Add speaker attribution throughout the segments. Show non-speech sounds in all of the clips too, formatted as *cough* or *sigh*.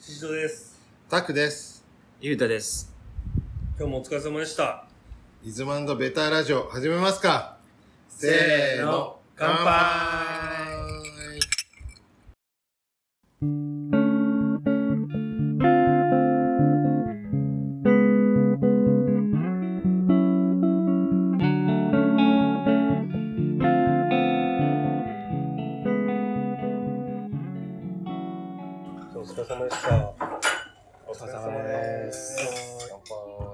Speaker 1: シシドです。
Speaker 2: タクです。
Speaker 3: ゆうたです。
Speaker 1: 今日もお疲れ様でした。
Speaker 2: イズマンドベターラジオ始めますか
Speaker 1: せーの乾杯今日お疲れ様でした。お疲
Speaker 2: れ様です
Speaker 1: 乾杯。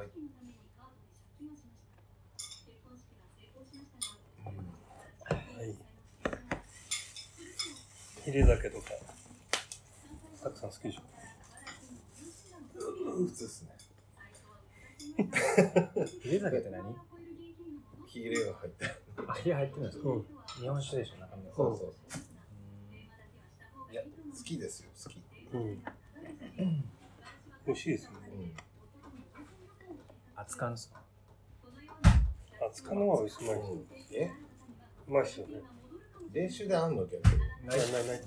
Speaker 1: はい。ヒレ酒とか。たくさん好きでしょ。
Speaker 2: 普通ですね。
Speaker 3: ヒレ酒って何
Speaker 2: ヒレが入ってる。
Speaker 3: あ、ヒレ入ってるんですか、
Speaker 1: うん
Speaker 3: 日本酒でしょ、中身は。
Speaker 2: そうそうそう。いや、好きですよ、好き。
Speaker 1: うん。美味しいですよね。
Speaker 2: うん。
Speaker 3: 熱燗ですか
Speaker 1: 熱燗の方が美味しいまいですよ。
Speaker 2: え
Speaker 1: うまいっすよね。
Speaker 2: 練習であんのけど。
Speaker 1: ないないない。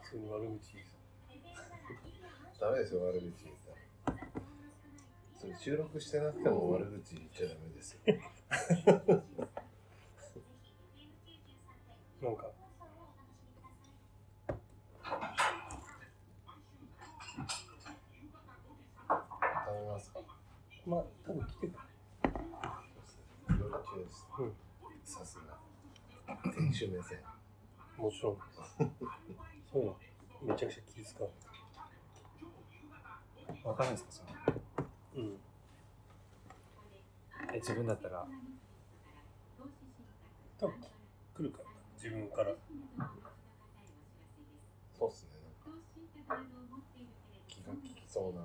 Speaker 1: 普通に悪口言いそ
Speaker 2: ダメですよ、悪口言ったら。それ収録してなくても悪口言っちゃダメです
Speaker 1: *laughs*
Speaker 2: よ。
Speaker 1: う。なんか。
Speaker 2: 食べますか
Speaker 1: まあ、多分来てる。
Speaker 2: 夜中です。
Speaker 1: うん。
Speaker 2: さすが。選手目線。
Speaker 1: もちろ *laughs* ん。そういうの。めちゃくちゃ気遣う。
Speaker 3: わかるんですかその
Speaker 1: うん。
Speaker 3: え、自分だったら。
Speaker 1: 多分来るからな。自分から。
Speaker 2: そうっすね。なんか気が利きそうな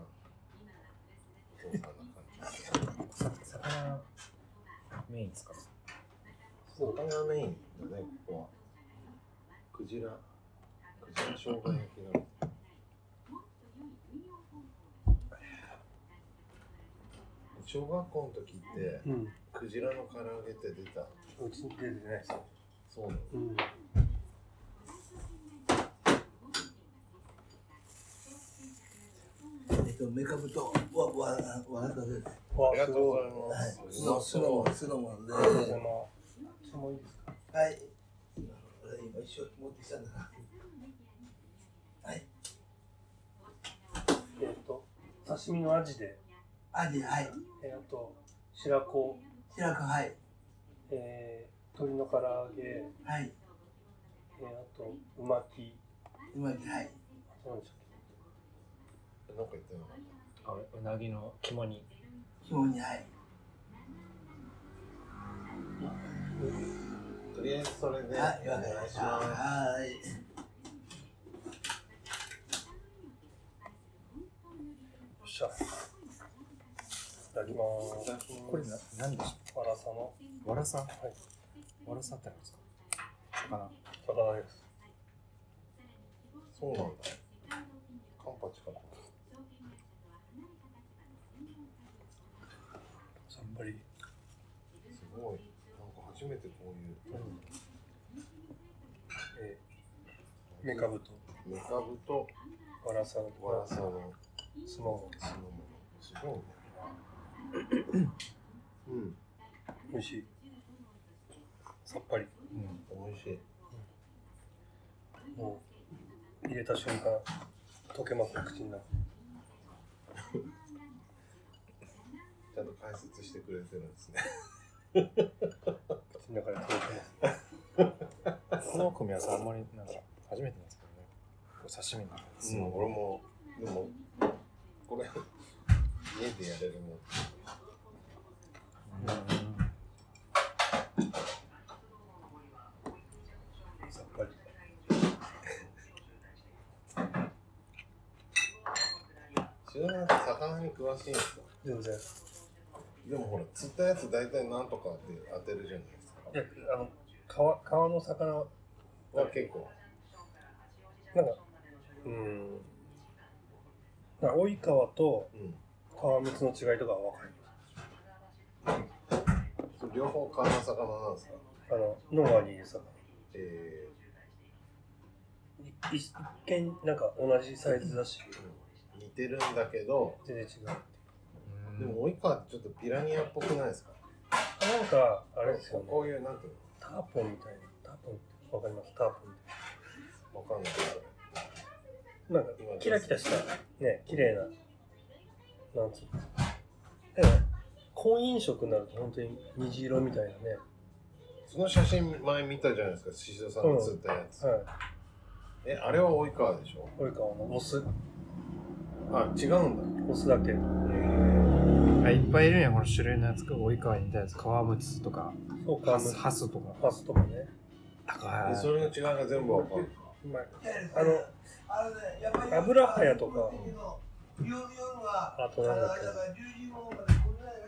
Speaker 2: お父さんな感じですけど。
Speaker 3: さ魚メインですか
Speaker 2: そう、お金がメインだね、ここは。クジラ、クジラ生姜焼きなの。小学校の時って、
Speaker 1: うん。
Speaker 2: クジラの唐揚げって出た。
Speaker 1: うちに出てないですよ。
Speaker 2: そうなの。
Speaker 1: うん。
Speaker 4: えっと、メカブとわわわらかです。
Speaker 2: あ
Speaker 1: わ
Speaker 2: りが
Speaker 1: す
Speaker 2: とうご
Speaker 1: ごい。
Speaker 2: ざいます。
Speaker 4: 酢の
Speaker 2: う
Speaker 4: 酢
Speaker 2: ま
Speaker 4: のも
Speaker 2: そ
Speaker 4: ん酢のもんで。
Speaker 1: ありがとうご
Speaker 4: は
Speaker 1: ざいます。ちょっともういいですか
Speaker 4: い。今俺今一生持ってきたんだな。はい。
Speaker 1: えっと、刺身のアジで、
Speaker 4: アジはい。
Speaker 1: えーあと、白子、
Speaker 4: 白子はい。
Speaker 1: えー、鶏の唐揚げ、え
Speaker 4: はい。
Speaker 1: ーあと、うまき、
Speaker 4: うまきはい。
Speaker 1: あと何でしたっ
Speaker 2: う。なんか言ってなかっ
Speaker 3: あれ、うなぎの肝に。
Speaker 4: 肝にはい。
Speaker 2: た。とりあえずそれで、お
Speaker 4: はい。わかり
Speaker 2: 願
Speaker 4: ま
Speaker 2: い
Speaker 4: し。
Speaker 2: したま
Speaker 4: はい。
Speaker 1: けよっしゃ。いただきまーす。
Speaker 3: これな、何でしょ
Speaker 1: わらさの
Speaker 3: うわらさ
Speaker 1: い
Speaker 3: わらさってあるんですか魚。
Speaker 1: 魚です。
Speaker 2: す。そうなんだ。カンパチかな。
Speaker 1: さんばり。
Speaker 2: すごい。なんか初めてこういう。
Speaker 1: えー、メカブと、
Speaker 2: メカブと
Speaker 1: わらさの、
Speaker 2: ワラサの
Speaker 1: スノ
Speaker 2: 酢のもの。すごいね。うん。
Speaker 1: ー、美味しい。さっぱり。
Speaker 3: うん。
Speaker 2: 美味しい。
Speaker 1: もう、入れた瞬間、溶けますね、口の中。
Speaker 2: ちゃんと解説してくれてるんですね。
Speaker 1: 口の中で溶けます。
Speaker 3: この組み合わせあんまり、なんか、初めてなんですけどね。お刺身になる
Speaker 2: うん、俺も、でも、これ、家でやれるもん。
Speaker 1: さっぱり。
Speaker 2: シドなんて魚に詳しいんですか
Speaker 1: 全然。
Speaker 2: でもほら、釣ったやつ大体なんとかって当てるじゃないですか。
Speaker 1: いや、あの、川川の魚は、
Speaker 2: は結構、
Speaker 1: なんか、うん。なんか及川と
Speaker 2: うん。
Speaker 1: 川光の違いとかは分かる。
Speaker 2: それ両方川の魚なんですか
Speaker 1: あの、ノアにいる魚。
Speaker 2: え
Speaker 1: い一見なんか同じサイズだし
Speaker 2: 似てるんだけど、
Speaker 1: 全然違う
Speaker 2: でも及川ってちょっとピラニアっぽくないですか
Speaker 1: あなんかあ
Speaker 2: あ
Speaker 1: れですよね
Speaker 2: こういう、なんていう
Speaker 1: ターポンみたいなターポンってわかりますターポンって
Speaker 2: のわかんない
Speaker 1: なんかキラキラしたね綺麗ななんつうのでも婚姻色になると本当に虹色みたいなね
Speaker 2: その写真前見たじゃないですか、宍戸さんが釣ったやつ。
Speaker 1: は
Speaker 2: え、あれは及川でしょ
Speaker 1: い及川のオス
Speaker 2: あ、違うん
Speaker 1: オスだけ
Speaker 3: あいっぱいいるんやこの種類のやつが及川に似たやつ川ツとか
Speaker 1: そう
Speaker 3: ハ
Speaker 1: かハ
Speaker 3: ス
Speaker 1: ス
Speaker 3: ハスとか
Speaker 1: ハスとかね
Speaker 3: 高
Speaker 2: だ。
Speaker 3: い
Speaker 2: でそれの違いが全部わかる。
Speaker 1: うまい
Speaker 4: あ
Speaker 1: あ
Speaker 4: の
Speaker 1: の、
Speaker 4: あのね、やっぱり
Speaker 1: 油はやとか
Speaker 4: 夜夜は、
Speaker 1: あとなんだっけ
Speaker 4: あのから10時頃までこんなや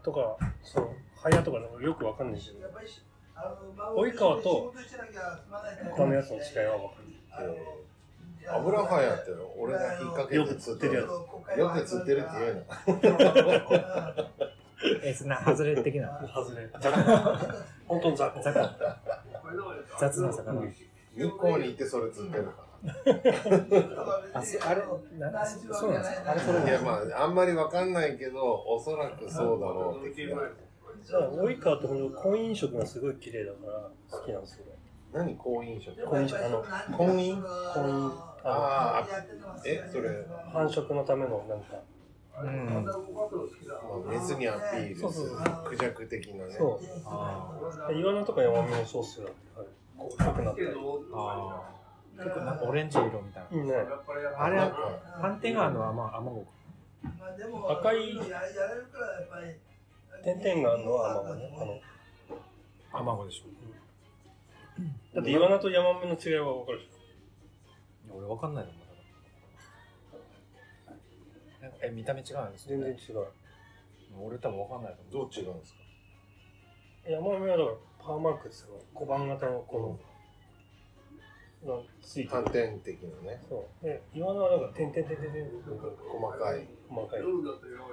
Speaker 4: つ
Speaker 1: とかそう早とかなんかよくわかんないし
Speaker 4: やっぱりしあの孫
Speaker 1: 及川と
Speaker 4: 仕事してなきゃ済まないから
Speaker 1: 他のやつの違いはわかんない
Speaker 4: あのじゃあ
Speaker 2: 油はやってる俺が引っ掛けて釣ってるやつ。よく釣ってるって言うな。
Speaker 5: えそんな外れ的な
Speaker 1: 外れ本当にザコ
Speaker 5: 雑魚雑な魚
Speaker 2: 日光に行ってそれ釣ってるか
Speaker 5: あそあれなそそうなんですかあれそれ
Speaker 2: ら。いや、まあ、あんまりわかんないけど、おそらくそうだろう的な。
Speaker 1: だから及川って本当婚姻色がすごい綺麗だから好きなんですよね
Speaker 2: 何婚姻色
Speaker 1: 婚姻あの
Speaker 2: 婚姻
Speaker 1: 婚姻あ
Speaker 2: ああ、え、それ、
Speaker 1: の繁殖のためのなんか
Speaker 5: うん
Speaker 2: まあ、メスにアピールする
Speaker 1: そうそうそう
Speaker 2: クジャク的なね。
Speaker 1: そ
Speaker 5: あ
Speaker 1: うイワナとかヤマメもそうっすよはいこう赤くなって
Speaker 5: あー結構なんかオレンジ色みたいない
Speaker 1: いね
Speaker 5: あれ
Speaker 2: なん
Speaker 5: は
Speaker 2: か、
Speaker 5: パンテガーのはまあアマゴ
Speaker 1: 赤い点々があるのはアマ
Speaker 4: ま
Speaker 1: モねあの
Speaker 5: アマゴでしょ
Speaker 1: だってイワナとヤマメの違いはわかるでし
Speaker 5: いや俺わかんないのもんだからえ見た目違うんです
Speaker 1: ょ全然違う
Speaker 5: 俺多分わかんないと思う
Speaker 2: どう違うんですか
Speaker 1: ヤマメはだからパーマークって言ってたから小判型のこのがついて
Speaker 2: 反
Speaker 1: る
Speaker 2: 転的なね。
Speaker 1: そうでイワナはなんか点々点々点々ってこ
Speaker 2: 細かい。
Speaker 1: う細かい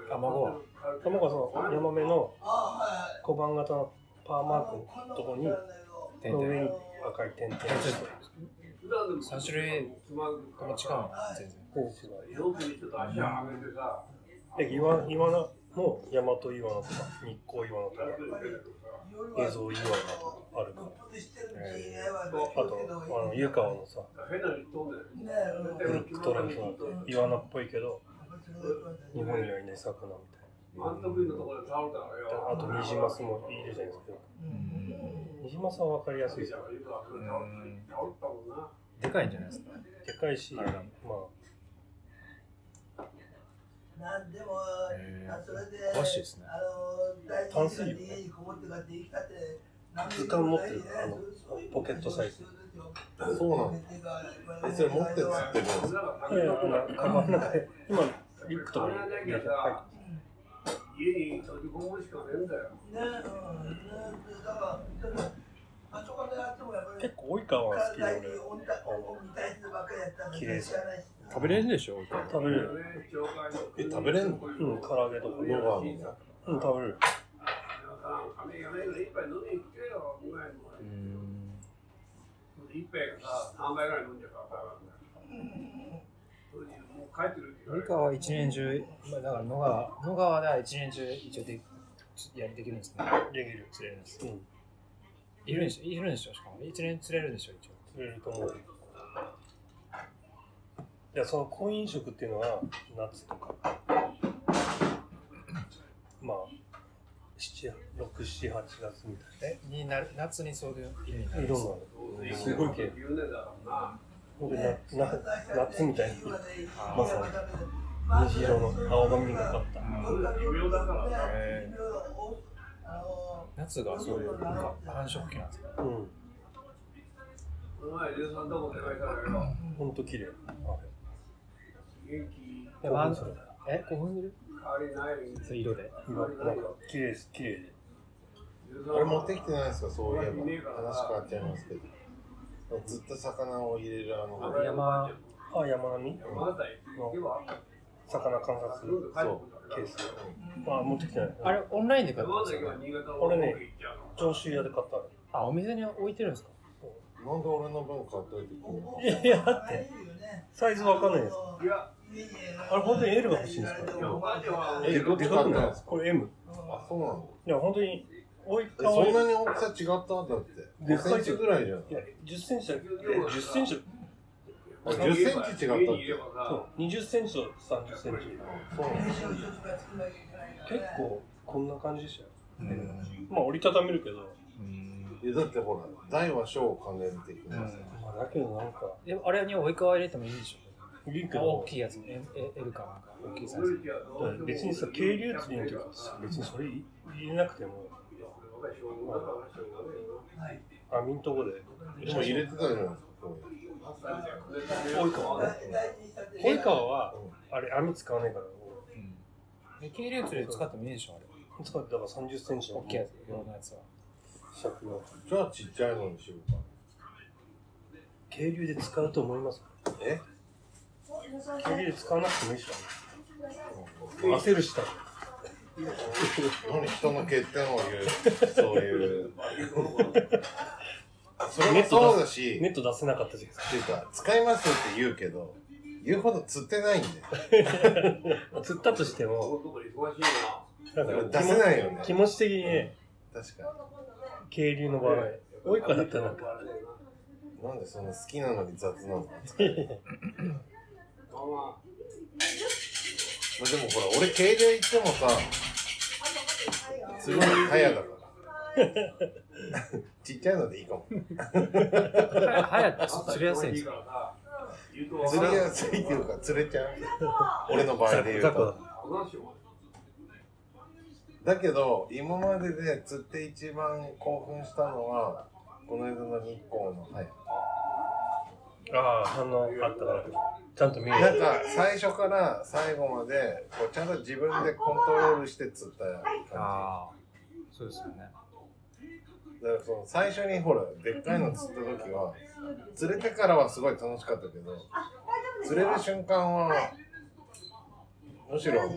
Speaker 5: 卵は
Speaker 1: 卵はそのヤマメの
Speaker 4: あはい
Speaker 1: 小判型のパーマークのとこに
Speaker 5: 点
Speaker 1: の
Speaker 5: 々
Speaker 1: 上に赤い点々がして
Speaker 5: 3種類とも違うの全然
Speaker 1: 全然違う
Speaker 6: で
Speaker 1: で、イワイワナも大和イワナとか日光イワナとか映像イワナとかあるからあとあの湯川のさブルックトラウトなんてイワナっぽいけど日本にはいない魚みたいなあとニジマスもいるじゃないですかニジマスは分かりやすいですよ
Speaker 5: でかいんじゃないですか
Speaker 1: でかいしまあ
Speaker 4: なんでも、
Speaker 5: へ
Speaker 4: あ
Speaker 5: ー
Speaker 4: それで、
Speaker 5: 詳しいですね
Speaker 4: あの、大
Speaker 1: 淡水魚ね
Speaker 4: 家にこもってかって生きたって、何
Speaker 1: 図鑑持ってるあの
Speaker 4: そういう
Speaker 1: ポケットサイズ。
Speaker 2: そうなのえ、それ持って釣ってるんですか
Speaker 1: いやいやあのカバンの中で今リュックとかに入れては
Speaker 6: 家に閉じこもるしかねえんだよ。
Speaker 4: ね、うん、ね、だから、でもあそこでやってもやっぱ
Speaker 1: い
Speaker 4: り、
Speaker 1: 結構及川は好きで
Speaker 4: 体
Speaker 1: 俺
Speaker 4: に温帯温帯体質ばっかりやったら、
Speaker 1: 綺麗さ
Speaker 4: 知らないし
Speaker 5: 食べれるでしょ俺
Speaker 1: 食べれる
Speaker 2: え食べれんの
Speaker 1: うん唐揚げとか
Speaker 2: ノバのね。
Speaker 1: うん食べれる
Speaker 5: うん
Speaker 6: 一杯がさ、3杯ぐらい飲んじゃうからさ、それでもう帰ってくる時
Speaker 5: 森川は一年中、まあ、だから野川野川では一年中一応でやりできるんですね
Speaker 1: できる
Speaker 5: 釣れるんです
Speaker 1: うん
Speaker 5: いるんでしょいるんでしょしかも一年釣れるんでしょ一応
Speaker 1: 釣れると思うよいやその婚姻色っていうのは夏とかまあ678月みた
Speaker 5: えになる夏にそういう意味にな
Speaker 1: な
Speaker 5: いるん
Speaker 1: 色
Speaker 5: です
Speaker 1: な
Speaker 5: か
Speaker 1: のすごい綺麗
Speaker 6: 言うねだろうな。
Speaker 1: ほんでなな夏みたいなまさ
Speaker 4: ま
Speaker 1: 虹色の青髪がかった
Speaker 6: 微妙だからな
Speaker 5: へー夏がそういうなんか繁殖期なんですか
Speaker 1: うん
Speaker 6: この前、龍さんとこ出かけたんだけど、
Speaker 1: ほんと綺麗あれ
Speaker 6: 元気、
Speaker 5: え
Speaker 1: 興
Speaker 5: ワ
Speaker 1: 奮
Speaker 5: ン
Speaker 1: する
Speaker 5: え興奮する
Speaker 6: 変わりない。
Speaker 5: それ色で
Speaker 1: 色なんか綺麗です綺麗で
Speaker 2: あれ持ってきてないですかそういえば。
Speaker 6: いねえからな
Speaker 2: 話変わっちゃいますけど。ずっと魚を入れるあの、
Speaker 5: 山
Speaker 1: あ山並み
Speaker 6: 山形行って、今、
Speaker 1: 魚観察
Speaker 6: そう
Speaker 1: ケースあ持ってきてない
Speaker 5: あれオンラインで買ったんです
Speaker 6: 山崎
Speaker 5: よ
Speaker 6: は
Speaker 5: ね
Speaker 6: 新潟
Speaker 1: 俺ね上州屋で買ったの
Speaker 5: あお店に置いてるんですか
Speaker 1: そう
Speaker 2: なんで俺の分買っといてくんの
Speaker 1: いやいや、だって、サイズわかんないです。
Speaker 6: いや、
Speaker 1: あれ、本当に L が欲しいんですか
Speaker 6: いや、マジは、
Speaker 2: え
Speaker 1: ら。
Speaker 2: でかくない
Speaker 1: これ M。
Speaker 2: あ、そうなの
Speaker 1: いや、本当に、おい
Speaker 2: え
Speaker 1: か
Speaker 2: そ
Speaker 1: わい
Speaker 2: んなに大きさ違ったんだって。
Speaker 1: で
Speaker 2: 5
Speaker 1: っか
Speaker 2: セ
Speaker 1: い
Speaker 2: ンチぐらいじゃん。
Speaker 1: いや、10センチだけど、10センチだ
Speaker 2: あ10センチ違ったって。
Speaker 1: そう、20センチと30センチ。
Speaker 2: そうなの
Speaker 1: 結構、こんな感じでしたよ。
Speaker 3: うん
Speaker 1: まあ、折りたためるけど。
Speaker 3: うん
Speaker 2: えだってほら、大は小を考えていきます。
Speaker 1: まあ、だけどなんか、
Speaker 5: でもあれに追いかわ入れてもいいでし
Speaker 1: いいけ
Speaker 5: ょ大
Speaker 1: ど、
Speaker 5: きいやつ、ええ L かなんか大きいサイズ。
Speaker 6: 構
Speaker 1: 別にさ、軽流釣りの時はさ、別にそれ入れなくても、網んとこで。
Speaker 2: でも入れてたじゃないですか、こういう
Speaker 1: 多いかもね。ホイカワは、あれ、網使わないから、
Speaker 5: で軽量釣り使ってもいいでしょあれ。
Speaker 1: 使って、だから30センチの
Speaker 5: 大きいやつ、色のやつは。
Speaker 1: 尺が。
Speaker 2: じゃあちっちゃいのにしようか。
Speaker 1: 軽流で使うと思います
Speaker 2: え
Speaker 1: 軽流で使わなくてもいいし焦るしたら
Speaker 2: 何人の欠点を言う。そういう。それもそうだし、
Speaker 1: ネット出せなかったじゃない
Speaker 2: っていうか、使いますって言うけど、言うほど釣ってないんで。
Speaker 1: ですか釣ったとしてもなんか
Speaker 2: 出せないよね。
Speaker 1: 気持ち的にね
Speaker 2: 確か
Speaker 1: 軽流の場合多いからだったらなんか
Speaker 2: に。なんでそんな好きなのに雑なのまあでもほら、俺軽量行ってもさ、釣るの早だから。 *laughs* ちっちゃいのでいいかも。
Speaker 5: 早く釣りやすいんですよ。
Speaker 6: か
Speaker 2: 釣りやすいっていうか、釣れちゃう。俺の場合で言う
Speaker 1: 雑魚だ
Speaker 2: と。だけど、今までで釣って一番興奮したのは、この間の日光の早。
Speaker 1: ああ反応あったからちゃんと見え
Speaker 2: なん
Speaker 1: る
Speaker 2: か最初から最後までこうちゃんと自分でコントロールして釣った感
Speaker 5: ああ、そうですよね。
Speaker 2: じだからその最初にほらでっかいの釣った時は釣れてからはすごい楽しかったけど釣れる瞬間はむしろあの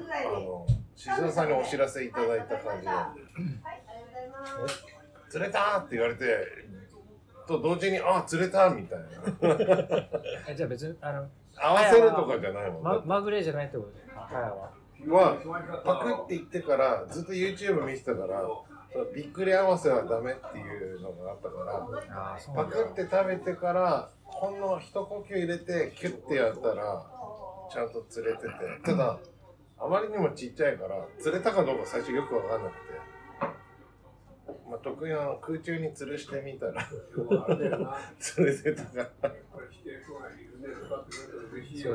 Speaker 2: 静雄さんにお知らせいただいた感じが釣れたーって言われてと同時にあ釣れたみたいな
Speaker 5: えじゃあ別に、あの、
Speaker 2: 合わせるとかじゃないもん
Speaker 5: ま、まぐれじゃないってことで、早は。
Speaker 2: はパクって言ってからずっと YouTube 見てたからそのびっくり合わせはダメっていうのがあったから
Speaker 5: ああ、そうな
Speaker 2: パ
Speaker 5: ん
Speaker 2: ク
Speaker 5: だ
Speaker 2: っ。て食べてからほんの一呼吸入れてキュッてやったらちゃんと釣れててただあまりにもちっちゃいから釣れたかどうか最初よく分かんなくて、まあ、得意なの空中に吊るしてみたら *laughs* 釣れてたから
Speaker 5: そうですね。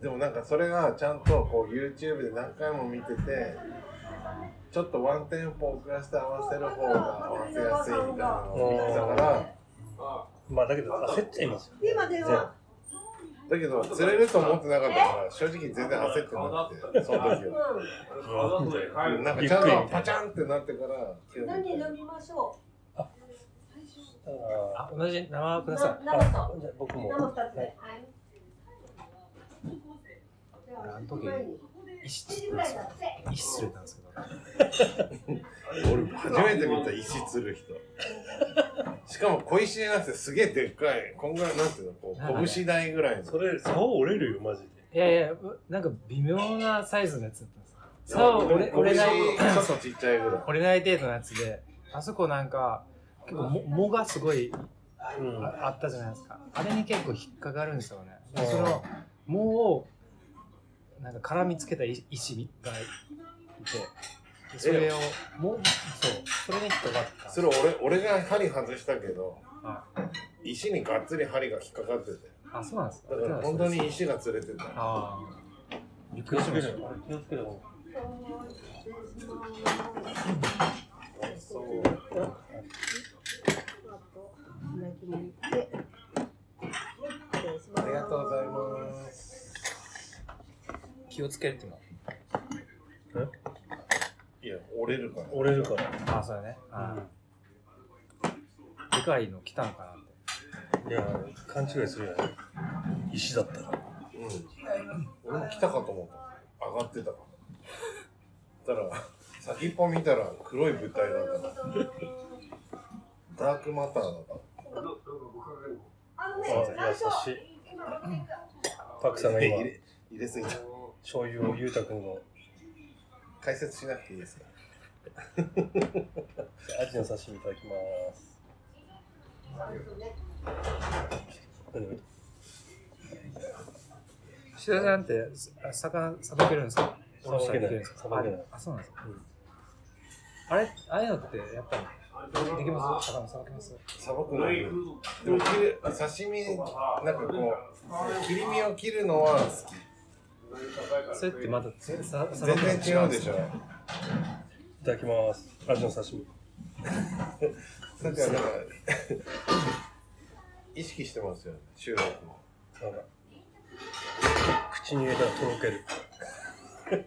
Speaker 2: でもなんかそれがちゃんとこう YouTube で何回も見ててちょっとワンテンポ遅らせて合わせる方が合わせやすいみたいなのを見てたから
Speaker 1: まあだけど焦っちゃいますよ
Speaker 7: 今電話。
Speaker 2: だけど釣れると思ってなかったから正直全然焦ってなくてその時はなんかちゃんとパチャンってなってから
Speaker 7: 何飲みましょ
Speaker 1: だから
Speaker 5: あ、同じ生
Speaker 7: う。
Speaker 5: ください。
Speaker 7: な生と。
Speaker 1: じゃあ僕も
Speaker 7: 生二つ
Speaker 1: は
Speaker 7: では
Speaker 1: い。
Speaker 7: い。
Speaker 5: あの時石
Speaker 7: 7時
Speaker 5: 釣
Speaker 7: ぐらいになって。
Speaker 5: 石釣れたんですけど、
Speaker 2: 俺初めて見た石釣る人しかも小石じゃなくてすげえでっかいこんぐらいなんていうのこう拳台ぐらいの
Speaker 1: それ竿折れるよマジで
Speaker 5: いやいや、うなんか微妙なサイズのやつだったんですよ。竿折れ折れない、
Speaker 2: 拳ちょっとちっちゃいぐらい
Speaker 5: 折れない程度のやつで、あそこなんか、結構も、藻がすごい
Speaker 1: うん
Speaker 5: ああったじゃないですか。あれに結構引っかかるんですよね。
Speaker 1: あー
Speaker 5: その、藻を、なんか絡みつけた石石がいて、でそれを、もそう、それに引っかかった。
Speaker 2: それ俺俺が針外したけど
Speaker 5: は
Speaker 2: 石にがっつり針が引っかかってて
Speaker 5: あ、そうなんですか。
Speaker 2: だから本当に石が釣れてた
Speaker 5: ああ。びっく
Speaker 1: 気を
Speaker 5: りし
Speaker 1: つけ
Speaker 5: ま
Speaker 1: てよ
Speaker 5: し
Speaker 1: 気をつけてよ
Speaker 2: そうありがとうございます
Speaker 5: た。気をつけるっていうの
Speaker 2: いや折れるから
Speaker 1: 折れるから
Speaker 5: は。あ、そうだね。はい。でかいの来たのかなって。
Speaker 1: いや勘違いするよね石だったら
Speaker 2: うん俺も来たかと思った上がってたからだから先っぽ見たら黒い物体だったダークマターだった
Speaker 6: ななんかぶっかけるの
Speaker 7: あのね、
Speaker 1: あ
Speaker 7: 最初
Speaker 1: 優しい
Speaker 7: 今持ってきた
Speaker 1: たくさんが今
Speaker 2: 入れ入れすぎた
Speaker 1: 醤油をゆうたくんの
Speaker 2: 解説しなくていいですか
Speaker 1: アジの刺身いただきます。
Speaker 5: シラさんってあ魚さばけるんですかおろしたりできるんですか
Speaker 1: さばけない
Speaker 5: あ、そうなんですか、あれ、ああいうのってやっぱりできます魚さばけます
Speaker 2: さばくのにでも切る刺身なんかこう切り身を切るのは好き
Speaker 5: それってまた全然ささば
Speaker 2: 全
Speaker 5: くの
Speaker 2: 然違うでしょ
Speaker 1: いただきます。アジの刺身。
Speaker 2: さっきはなんか意識してますよね収録も
Speaker 1: なんか口に入れたらとろける。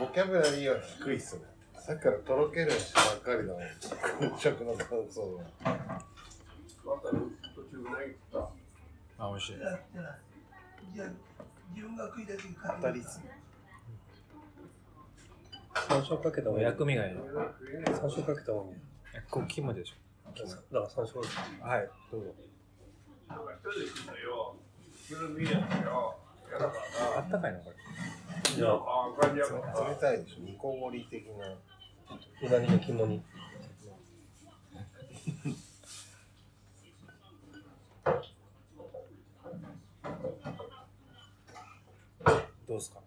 Speaker 2: ボキャブラリーは低いっすねさっきからとろけるしばっかりだもん空食の感想が
Speaker 6: 途中ぐらいか
Speaker 3: あ、美味しい。
Speaker 4: やってないじゃあ自分が食いたい時に買いに行く
Speaker 2: 当たりっすね
Speaker 1: 山椒かけた方がいい。
Speaker 5: 薬味がいい
Speaker 1: 山椒かけた方がいい。
Speaker 5: こう肝でし
Speaker 1: だから山椒
Speaker 5: ょはい、どうぞ
Speaker 6: なんか一人で行くんだよ昼見えやったよやだから
Speaker 5: あったかいのこれ
Speaker 1: じゃあ
Speaker 6: ああ感じやから
Speaker 2: 冷たいでしょ煮こごり的な
Speaker 1: うなぎの肝に。
Speaker 5: どうですか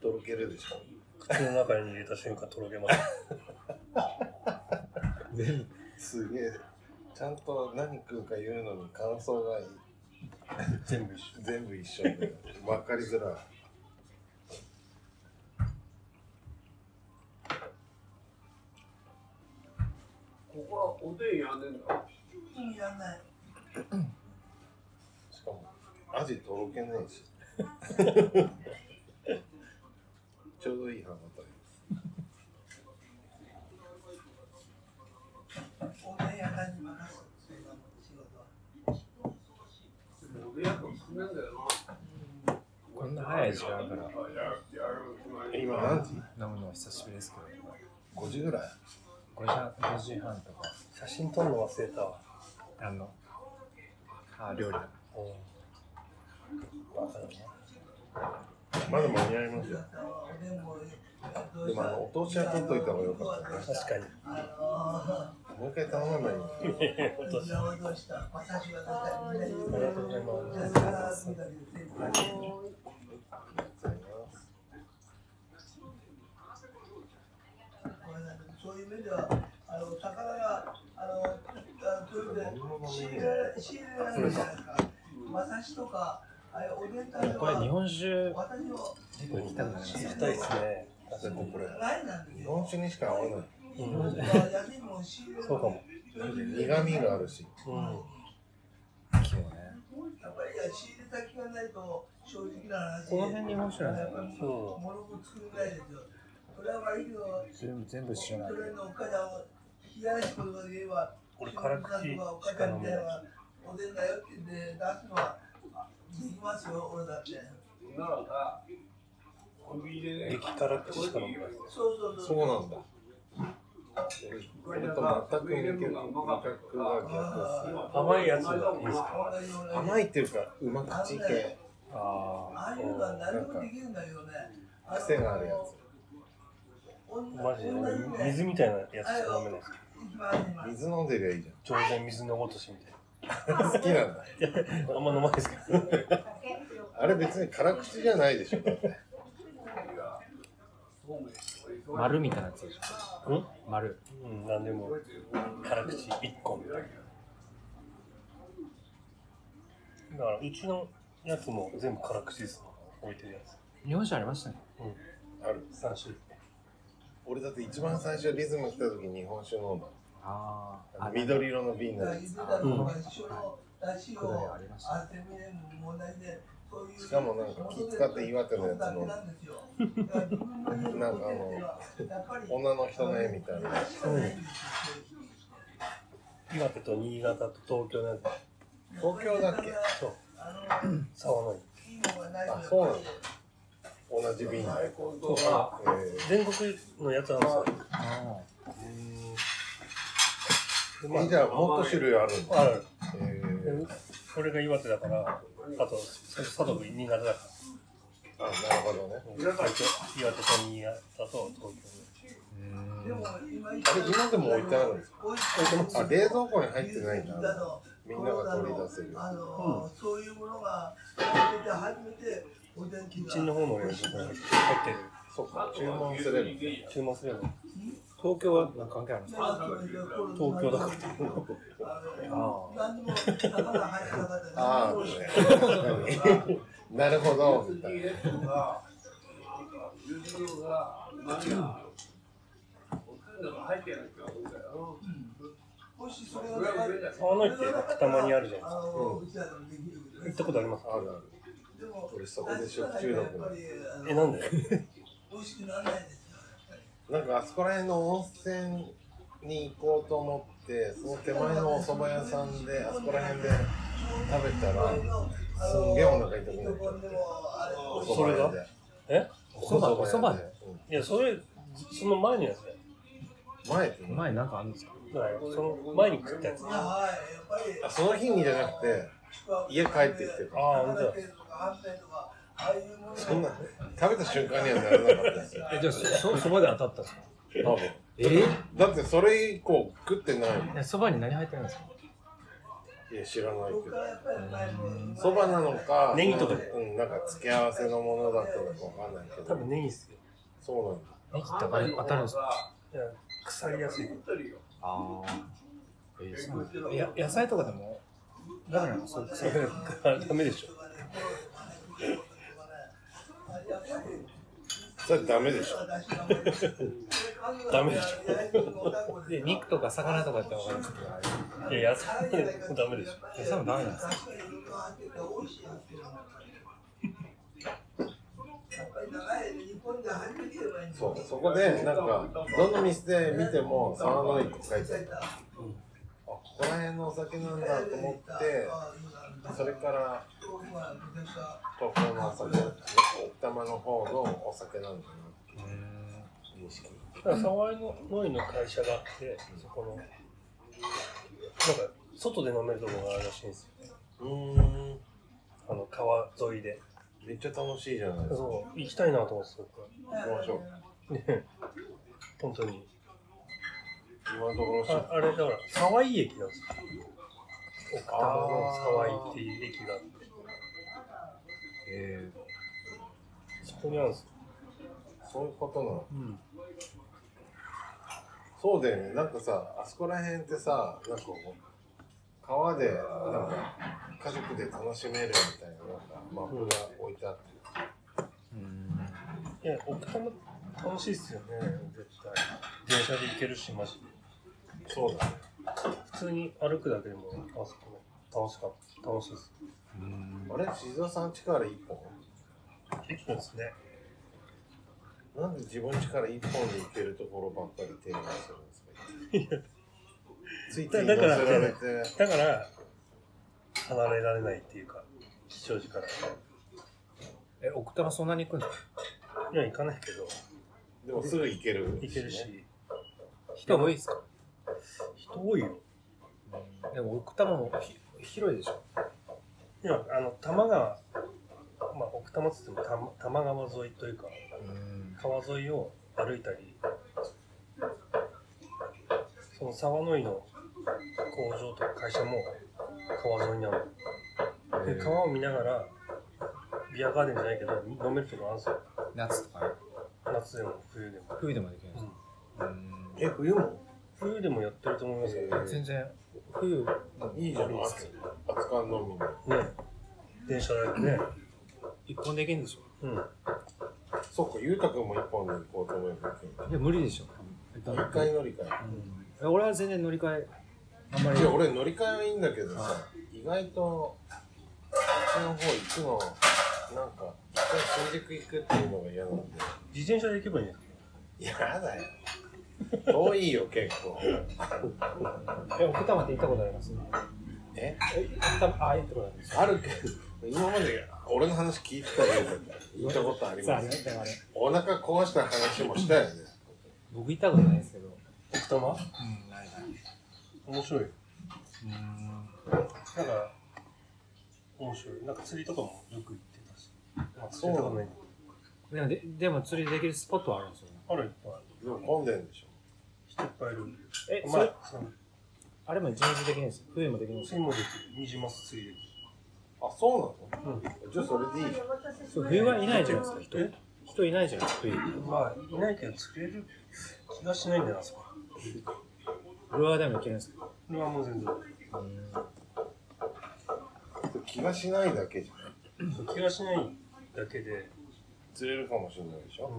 Speaker 2: とろけるでしょ
Speaker 1: 口の中に入れた瞬間とろけます。
Speaker 2: すげえちゃんと何食うか言うのに感想がいい
Speaker 1: 全部一緒。
Speaker 2: 全部一緒で分かりづらい
Speaker 6: ここはおでんやんねんだ
Speaker 4: うんやんない
Speaker 2: しかもアジとろけねえし *laughs* ちょうどいい歯応
Speaker 4: おでん屋さんに任せそんなもん仕事は
Speaker 6: でもおでんやと好きなんだよ
Speaker 5: こんな早い時間から
Speaker 6: なやるやるつま
Speaker 2: え
Speaker 6: り
Speaker 2: 今何時
Speaker 5: 飲むのは久しぶりですけど
Speaker 2: ?5 時ぐらい
Speaker 5: 5時半 ,5 時半とか
Speaker 1: 写真撮るの忘れたわ。
Speaker 5: あのあ料理だ
Speaker 1: うん。バカだな。
Speaker 2: まだ間に合いますよ
Speaker 4: おでんもどう
Speaker 2: で
Speaker 4: した
Speaker 2: もあのお通しは取っといた方がよかったね
Speaker 1: 確かに。
Speaker 4: あ
Speaker 2: もう一回頼まないよ
Speaker 4: のーじゃあどうした私はだからみん
Speaker 1: あ
Speaker 4: な
Speaker 1: り
Speaker 4: 言
Speaker 1: が
Speaker 4: う
Speaker 1: とうございます
Speaker 4: じゃ。あ皿洗うだけで全部そういう面では、あの魚が、あの、あのそういう意味で仕入れられ仕入れられるじゃないですか。馬刺しとか、あれ、おでんたいと
Speaker 5: これ
Speaker 4: か、
Speaker 5: 日本酒
Speaker 4: 私の
Speaker 5: 結構行きたくなります
Speaker 1: 行
Speaker 5: ね
Speaker 1: きたいですね。
Speaker 2: だってこれ
Speaker 4: ラインなんです
Speaker 2: 日
Speaker 4: よ。
Speaker 2: 本酒にしか合わない
Speaker 1: うん。
Speaker 4: 安いもん仕入れる
Speaker 1: そうかも。
Speaker 2: 苦味があるし
Speaker 1: うん。
Speaker 5: 肝ね
Speaker 4: やっぱり仕入れ先がないと、正直な話。
Speaker 5: この辺日本酒なんですよ
Speaker 4: やっぱり、
Speaker 1: そ
Speaker 4: もろく作れないですよ。それは悪いけど、
Speaker 5: 全部全部知らない
Speaker 4: それのお金を冷やし言葉で言えば、
Speaker 1: 俺辛口し
Speaker 4: おか
Speaker 1: か
Speaker 4: か
Speaker 1: 飲
Speaker 4: み
Speaker 1: め
Speaker 4: たい
Speaker 1: な。
Speaker 4: ないおでんだよって言って出すのはできますよ、俺だって。
Speaker 6: ならさコンビニでね
Speaker 1: 激辛口しか飲めない。
Speaker 4: そうそうそう。
Speaker 2: そうなんだ俺と全く味覚が逆で
Speaker 1: 甘いやつがいいですか
Speaker 4: 同じ
Speaker 2: す甘いっていうかうま口系
Speaker 5: ああ
Speaker 4: ああいうのは何でもできるんだけどね。
Speaker 2: 癖があるやつ
Speaker 1: マジで俺水みたいなやつしか飲めないです。
Speaker 4: つ。
Speaker 2: 水飲んでりゃいいじ
Speaker 1: 上然水のごとしみたい
Speaker 2: ゃん好きなんだ
Speaker 1: な。あんま飲まないですけど。
Speaker 2: あれ別に辛口じゃないでしょだって
Speaker 5: 丸みたいなやつでしょ
Speaker 1: ん
Speaker 5: 丸
Speaker 1: うん、なんでも辛口一個みたいな。だからうちのやつも全部辛口です。置いてるやつ。
Speaker 5: 日本酒ありましたね
Speaker 2: ある
Speaker 1: 三種類。
Speaker 2: 俺だって一番最初リズム来た時日本酒飲んだ
Speaker 5: あー
Speaker 2: あの緑色の瓶のやつしかもなんか気使って岩手のやつのなんかあの女の人の絵みたいな
Speaker 1: 岩手と新潟と東京のやつ。
Speaker 2: 東京だっけ
Speaker 1: そう。沢の
Speaker 2: あそうなんだ同じ瓶の
Speaker 6: 大根とか
Speaker 2: え
Speaker 1: 全国のやつなんですよ。
Speaker 5: あ
Speaker 1: で
Speaker 2: えじゃあもっと種類あるんだ。
Speaker 1: ある
Speaker 2: え
Speaker 1: で
Speaker 2: ー、
Speaker 1: それが岩手だから、あと、佐渡が新潟だか
Speaker 2: あなるほどね。
Speaker 1: ら、岩手岩手と新潟と東京
Speaker 4: でも今言っ
Speaker 2: あれ今でも置いてあるんですか。
Speaker 4: た
Speaker 2: あ冷蔵庫に入ってないんだ。みんなが取り出せる。
Speaker 4: あの、そういうものが初めて初めてお天気
Speaker 1: うちの
Speaker 4: が
Speaker 1: 方の冷蔵庫に入ってる。
Speaker 2: そうか注文すればね。
Speaker 1: 注文すれば。
Speaker 5: 東京はなんか関係あるんですか
Speaker 1: 東京だから
Speaker 4: あの何にも魚入ってなかった
Speaker 2: あ
Speaker 4: 何にも
Speaker 2: あ、なるほど、みたいな。
Speaker 4: もしそれがなかった
Speaker 1: 合わないってたまにあるじゃないです
Speaker 4: あ
Speaker 1: か。
Speaker 4: のうちらでもできるけど
Speaker 1: 行
Speaker 4: ね
Speaker 1: ったことあります
Speaker 2: あるある。
Speaker 4: でも
Speaker 2: 俺そこで食中毒なの
Speaker 1: え、なんで
Speaker 4: 美味しくならないですよ
Speaker 2: なんかあそこら辺の温泉に行こうと思って、その手前のお蕎麦屋さんで、あそこら辺で食べたら、すんげえお腹痛くなっちゃって。お蕎麦屋で。
Speaker 1: え
Speaker 2: お
Speaker 5: そばおそば
Speaker 2: で。うん
Speaker 1: いや、それ、その前のやつだよ。
Speaker 2: 前ってね
Speaker 5: 前なんかあるんですか
Speaker 1: だからその前に食ったやつ。
Speaker 4: いやはいやっぱり
Speaker 2: あその日にじゃなくて、家帰ってきて
Speaker 4: る
Speaker 2: か
Speaker 1: あ
Speaker 2: ら。
Speaker 1: あ、本当だ。
Speaker 2: そんな、食べた瞬間にはならなかったですよ。
Speaker 5: えじゃあそそばで当たったんですか
Speaker 2: 多分。
Speaker 5: えー
Speaker 2: だってそれ以降食ってないもん
Speaker 5: いやそばに何入ってるんですか
Speaker 2: いや、知らないけど。そ
Speaker 4: そ
Speaker 2: ば
Speaker 4: ば
Speaker 2: な
Speaker 4: な
Speaker 2: の
Speaker 4: の
Speaker 2: か、
Speaker 1: ネギとか
Speaker 2: うん、なんか付け合わせのものだったのかわかんないけ
Speaker 1: 多
Speaker 2: ど、
Speaker 1: 分ネギっすよ。
Speaker 2: そうなんだ。
Speaker 5: ネギって当たる当たるんですか
Speaker 1: いや、腐りやすい。
Speaker 5: ああえーそうなんですねや野菜とかでもダメなのそうそう
Speaker 1: ダメでしょ。
Speaker 2: それダメでしょ。
Speaker 1: ダメでし
Speaker 4: ょ
Speaker 5: で肉とか魚とかってわかるんですけど
Speaker 1: いや、野菜もダメでしょ。
Speaker 5: 野菜もダメなんですか
Speaker 2: そう、そこで、なんか、どの店見ても、サワノイって書いてある。あ、ここら辺のお酒なんだと思って、それから、東京のお酒、奥多摩の方のお酒なんだなっていう認識。
Speaker 1: だから沢井のノイの会社があって、そこの、なんか、外で飲めるところがあるらしいんですよ。
Speaker 2: うーん、
Speaker 1: あの、川沿いで。
Speaker 2: めっちゃ楽しいじゃないですか。
Speaker 1: そう、行きたいなと思ってた僕は
Speaker 2: 行きましょう。
Speaker 1: ね本当に。
Speaker 2: 今のところ、
Speaker 1: ああれ、だから、沢井駅なんですよ。奥多摩の沢井
Speaker 2: あー
Speaker 1: っていう駅があって、
Speaker 2: え
Speaker 1: そこにあるんですよ。
Speaker 2: ー、そういうことなの。
Speaker 1: うん。
Speaker 2: そうだよね。なんかさ、あそこら辺ってさ、なんかこう、川で、なんか、家族で楽しめるみたいな、なんか、マップが置いてあって。
Speaker 1: いや、奥多摩楽しいっすよね、絶対。電車で行けるし、マジで。
Speaker 2: そうだね。
Speaker 1: 普通に歩くだけでも、あそこね、楽しかった。楽しいっす。
Speaker 2: あれ静田さん家から一本
Speaker 1: 一本ですね。
Speaker 2: なんで自分家から一本で行けるところばっかり提案するんですかついつい乗せられて、
Speaker 1: だから、離れられないっていうか、吉祥寺から。
Speaker 5: え奥多摩そんなに行くんですか
Speaker 1: いや、行かないけど、
Speaker 2: でもすぐ行ける、
Speaker 1: 行ける。し、
Speaker 5: 人多いですか
Speaker 1: 人多いよ。
Speaker 5: でも奥多摩もひ広いでしょ
Speaker 1: いや、あの、多摩川、まあ、奥多摩っつっても多摩多摩川沿いというか、川沿いを歩いたり、その沢の井の工場とか会社も川沿いにあるの。で、川を見ながら、ビアガーデンじゃないけど、飲めるとこあるんですよ。
Speaker 5: 夏とかね
Speaker 1: 夏でも冬でも。
Speaker 5: 冬でもできるんですか
Speaker 2: え、冬も
Speaker 1: 冬でもやってると思いますよ
Speaker 5: 全然冬
Speaker 2: いいじゃん、暑暑感のみに。
Speaker 1: ね。電車だけね。
Speaker 5: 一本できるんでしょ
Speaker 1: うん。
Speaker 2: そっか、ゆうたくんも一本で行こうと思えば行ける。
Speaker 5: いや無理でしょ
Speaker 2: 一回乗り換え。
Speaker 5: え俺は全然乗り換えあんまり
Speaker 2: いや俺乗り換えはいいんだけどさ意外とあっちの方行くのなんか一回新宿行くっていうのが嫌なんで
Speaker 1: 自転車で行けばいいんじゃない
Speaker 2: 嫌だよ遠いよ結構
Speaker 5: え奥多摩って行ったことあります
Speaker 2: え
Speaker 5: え奥多摩あ行ったことあります
Speaker 2: あるけど今まで俺の話聞いてたけど行ったことあり
Speaker 5: さ
Speaker 2: ま
Speaker 5: あありますしたよあれ
Speaker 2: お腹壊した話もしたよね
Speaker 5: 僕行ったことないですけど
Speaker 1: 奥多摩
Speaker 5: うんないない
Speaker 1: 面白いよ。
Speaker 3: うん。
Speaker 1: なんか、面白い。なんか釣りとかもよく行ってたし。まあ、釣りとかないんだけど
Speaker 5: でもで、でも釣りできるスポットはあるんですよね。
Speaker 1: あるいっぱいある。
Speaker 2: でも混んでるんでしょ。
Speaker 1: 人いっぱいいる。
Speaker 5: え、
Speaker 1: ま
Speaker 5: それ、
Speaker 1: あ、その
Speaker 5: あれも一日できないんです。冬もできないんです
Speaker 1: 釣りもできる。ニジマス釣りできる。
Speaker 2: あ、そうなの、じゃあそれでいいじゃん。
Speaker 5: そう冬はいないじゃないですか、人。人いないじゃないですか、冬。
Speaker 1: まあ、いないけど釣れる気がしないんだよな、そこ。
Speaker 5: ルアーでもいけるんですか。
Speaker 1: それはもう全然。
Speaker 2: 気がしないだけじゃん。
Speaker 1: 気がしないだけで、
Speaker 2: 釣れるかもしれないでしょ。